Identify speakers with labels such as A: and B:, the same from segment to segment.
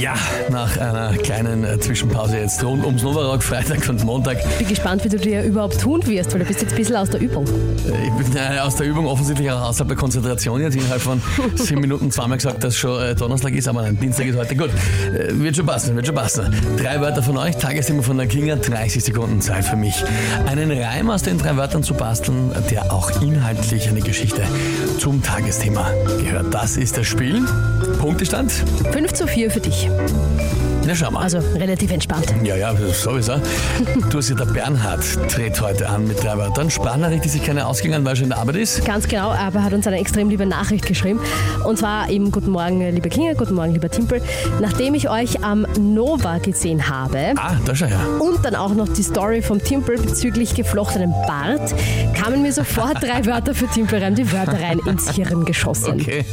A: Ja, nach einer kleinen äh, Zwischenpause jetzt rund ums Novarock, Freitag und Montag. Äh,
B: bin gespannt, wie du dir überhaupt tun wirst, weil du bist jetzt ein bisschen aus der Übung.
A: Äh, Ich bin äh, aus der Übung offensichtlich auch außerhalb der Konzentration jetzt innerhalb von sieben Minuten zweimal gesagt, dass schon äh, Donnerstag ist, aber nein, Dienstag ist heute. Gut, äh, wird schon passen, wird schon passen. Drei Wörter von euch, Tagesthema von der Kinga, 30 Sekunden Zeit für mich, einen Reim aus den drei Wörtern zu basteln, der auch inhaltlich eine Geschichte zum Tagesthema gehört. Das ist das Spiel. Punktestand?
B: 5 zu 4 für dich.
A: Na, schau mal.
B: Also relativ entspannt.
A: Ja, ja, sowieso. Du hast ja, der Bernhard tritt heute an mit drei Wörtern. Sprachnachricht, die sich keiner ausgegangen, weil schon in der Arbeit ist.
B: Ganz genau, aber hat uns eine extrem liebe Nachricht geschrieben. Und zwar eben Guten Morgen, äh, liebe Kinga, Guten Morgen, lieber Timpel. Nachdem ich euch am Nova gesehen habe
A: Ah, da schau her.
B: und dann auch noch die Story vom Timpel bezüglich geflochtenem Bart, kamen mir sofort drei Wörter für Timpel rein, die Wörter rein ins Hirn geschossen.
A: Okay.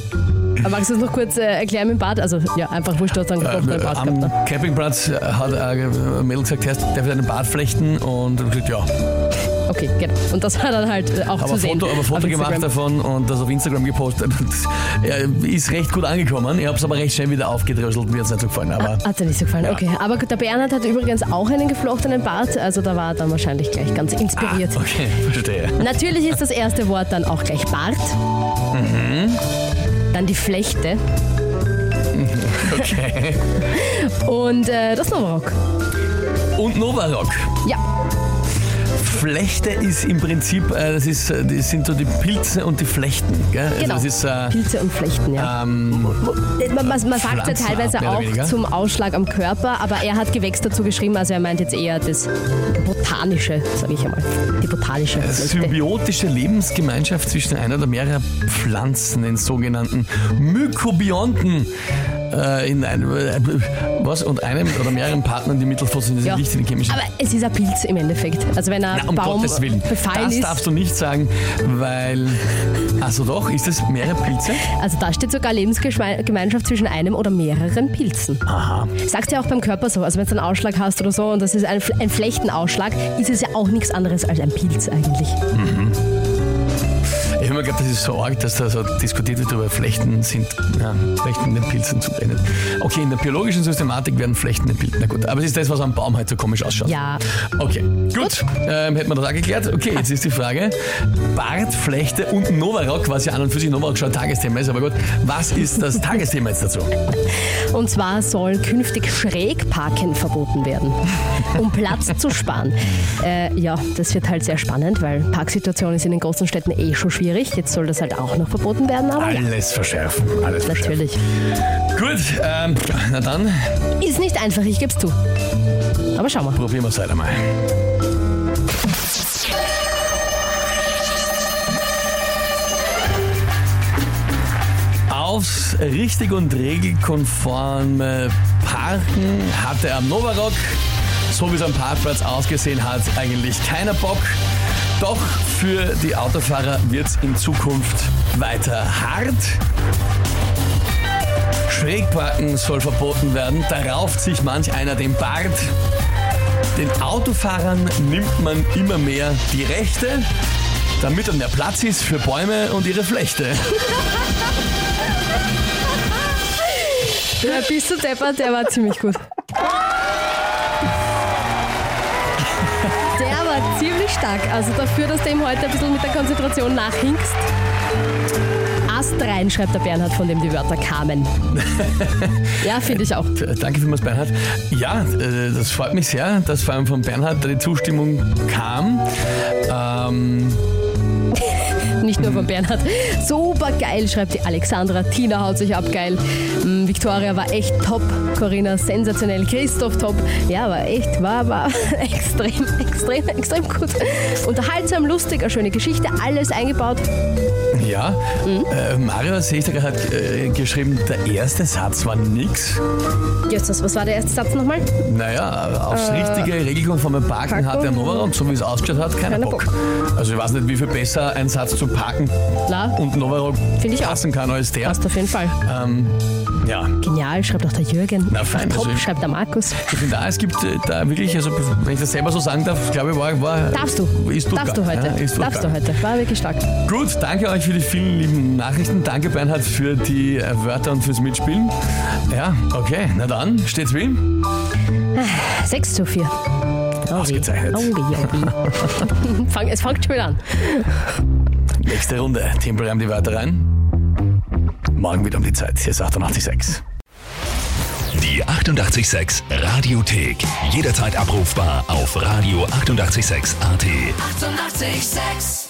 B: Aber magst du es noch kurz äh, erklären mit dem Bart? Also ja, einfach wurscht, du hast dann geflochtenen
A: Äh,
B: Bart gehabt.
A: am
B: Ne?
A: Campingplatz äh, hat ein Mädel gesagt, Herr, darf ich deinen Bart flechten? Und ich hab gesagt, ja.
B: Okay, genau. Und das war dann halt äh, auch
A: Aber
B: zu sehen.
A: Foto, aber
B: auf
A: Foto gemacht
B: Instagram.
A: davon und das auf Instagram gepostet. Er ist recht gut angekommen. Ich hab's aber recht schnell wieder aufgedröselt. Mir hat's nicht so gefallen. Aber
B: Hat dir nicht so gefallen, okay. Aber gut, der Bernhard hat übrigens auch einen geflochtenen Bart, also da war er dann wahrscheinlich gleich ganz inspiriert.
A: okay, verstehe.
B: Natürlich ist das erste Wort dann auch gleich Bart.
A: Mhm.
B: Dann die Flechte
A: Okay.
B: und äh, das Novarock.
A: Und Novarock.
B: Ja,
A: Flechte ist im Prinzip, äh, das, ist, äh, das sind so die Pilze und die Flechten. Gell?
B: genau.
A: Also das ist, äh,
B: Pilze und Flechten, ja.
A: ähm,
B: Man, man, man sagt ja
A: Pflanzen
B: teilweise
A: ab, mehr oder
B: auch
A: weniger.
B: zum Ausschlag am Körper, aber er hat Gewächs dazu geschrieben, also er meint jetzt eher das Botanische, sage ich einmal. Die
A: Äh,
B: botanische Flechte.
A: symbiotische Lebensgemeinschaft zwischen einer oder mehrerer Pflanzen, den sogenannten Mykobionten. Äh, in einem, äh, was? Und einem oder mehreren Partnern, die Mittelfuß sind, das
B: Ja.
A: sind wichtige chemische
B: Aber es ist ein Pilz im Endeffekt. Also wenn ein
A: Na, um
B: Baum
A: Gottes Willen.
B: befallen
A: Das
B: ist.
A: darfst du nicht sagen, weil. Also doch, ist das mehrere Pilze?
B: Also da steht sogar Lebensgemeinschaft zwischen einem oder mehreren Pilzen.
A: Aha.
B: Sagt ja auch beim Körper so, also wenn du einen Ausschlag hast oder so und das ist ein, Fle- ein Flechtenausschlag, ist es ja auch nichts anderes als ein Pilz eigentlich.
A: Ich habe mir gedacht, das ist so arg, dass da so diskutiert wird über Flechten sind, ja, Flechten den Pilzen zu benennen. Okay, in der biologischen Systematik werden Flechten den Pilzen, na gut, aber es ist das, was am Baum halt so komisch ausschaut.
B: Ja.
A: Okay, gut, ähm, hätten wir das auch geklärt. Okay, jetzt ist die Frage, Bart, Flechte und Novarock, was ja an und für sich Novarock schon ein Tagesthema ist, aber gut, was ist das Tagesthema jetzt dazu?
B: Und zwar soll künftig Schrägparken verboten werden, um Platz zu sparen. Äh, ja, das wird halt sehr spannend, weil Parksituation ist in den großen Städten eh schon schwierig. Jetzt soll das halt auch noch verboten werden, aber Ah ja,
A: Alles verschärfen, alles verschärfen.
B: natürlich.
A: Gut, ähm, na dann
B: Ist nicht einfach, ich geb's zu. Aber schau mal.
A: probieren wir es halt einmal. Aufs richtig und regelkonforme Parken hatte am Novarock, so wie es am Parkplatz ausgesehen hat, eigentlich keiner Bock. Doch für die Autofahrer wird es in Zukunft weiter hart. Schrägparken soll verboten werden, da rauft sich manch einer den Bart. Den Autofahrern nimmt man immer mehr die Rechte, damit dann mehr Platz ist für Bäume und ihre Flechte.
B: Ja, bist du deppert? Der war ziemlich gut. Der war ziemlich stark. Also dafür, dass du ihm heute ein bisschen mit der Konzentration nachhinkst. Ast rein, schreibt der Bernhard, von dem die Wörter kamen. Ja, finde ich auch.
A: Danke vielmals, Bernhard. Ja, äh, das freut mich sehr, dass vor allem von Bernhard die Zustimmung kam. Ähm,
B: Nicht nur von Bernhard. Super geil, schreibt die Alexandra. Tina haut sich ab, geil. Mm, Victoria war echt top. Corinna sensationell. Christoph top. Ja, war echt, war, war extrem, extrem, extrem gut. Unterhaltsam, lustig, eine schöne Geschichte, alles eingebaut.
A: ja, äh, Mario Sechter hat äh, geschrieben, der erste Satz war nix.
B: Jetzt, was war der erste Satz nochmal?
A: Naja, aufs
B: Äh,
A: richtige, regelkonforme Parken
B: Parken?
A: hat der Novarock, so wie es ausgeschaut hat, keinen
B: Keiner
A: Bock. Also ich weiß nicht, wie viel besser ein Satz zu Parken Backen
B: La,
A: und Novarock
B: Finde ich auch.
A: passen kann als der.
B: passt auf jeden Fall.
A: Ähm, ja,
B: Genial, schreibt auch der Jürgen.
A: Na, fein,
B: Top,
A: also ich-
B: schreibt der Markus.
A: ich finde da, es gibt äh, da wirklich, also wenn ich das selber so sagen darf, glaube ich, war, war
B: Darfst du?
A: Ist
B: Darfst du heute?
A: Ja, ist
B: Darfst du heute? War wirklich stark.
A: Gut, danke euch für die vielen lieben Nachrichten. Danke Bernhard für die äh, Wörter und fürs Mitspielen. Ja, okay, na dann, steht's wie?
B: 6 zu 4.
A: Ausgezeichnet.
B: Fang, es fängt schon wieder an.
A: Nächste Runde. Tempel reimt die Wörter rein. Morgen wieder um die Zeit. Hier ist 886.
C: Die 886 Radiothek. Jederzeit abrufbar auf radio886.at. 886!
D: 886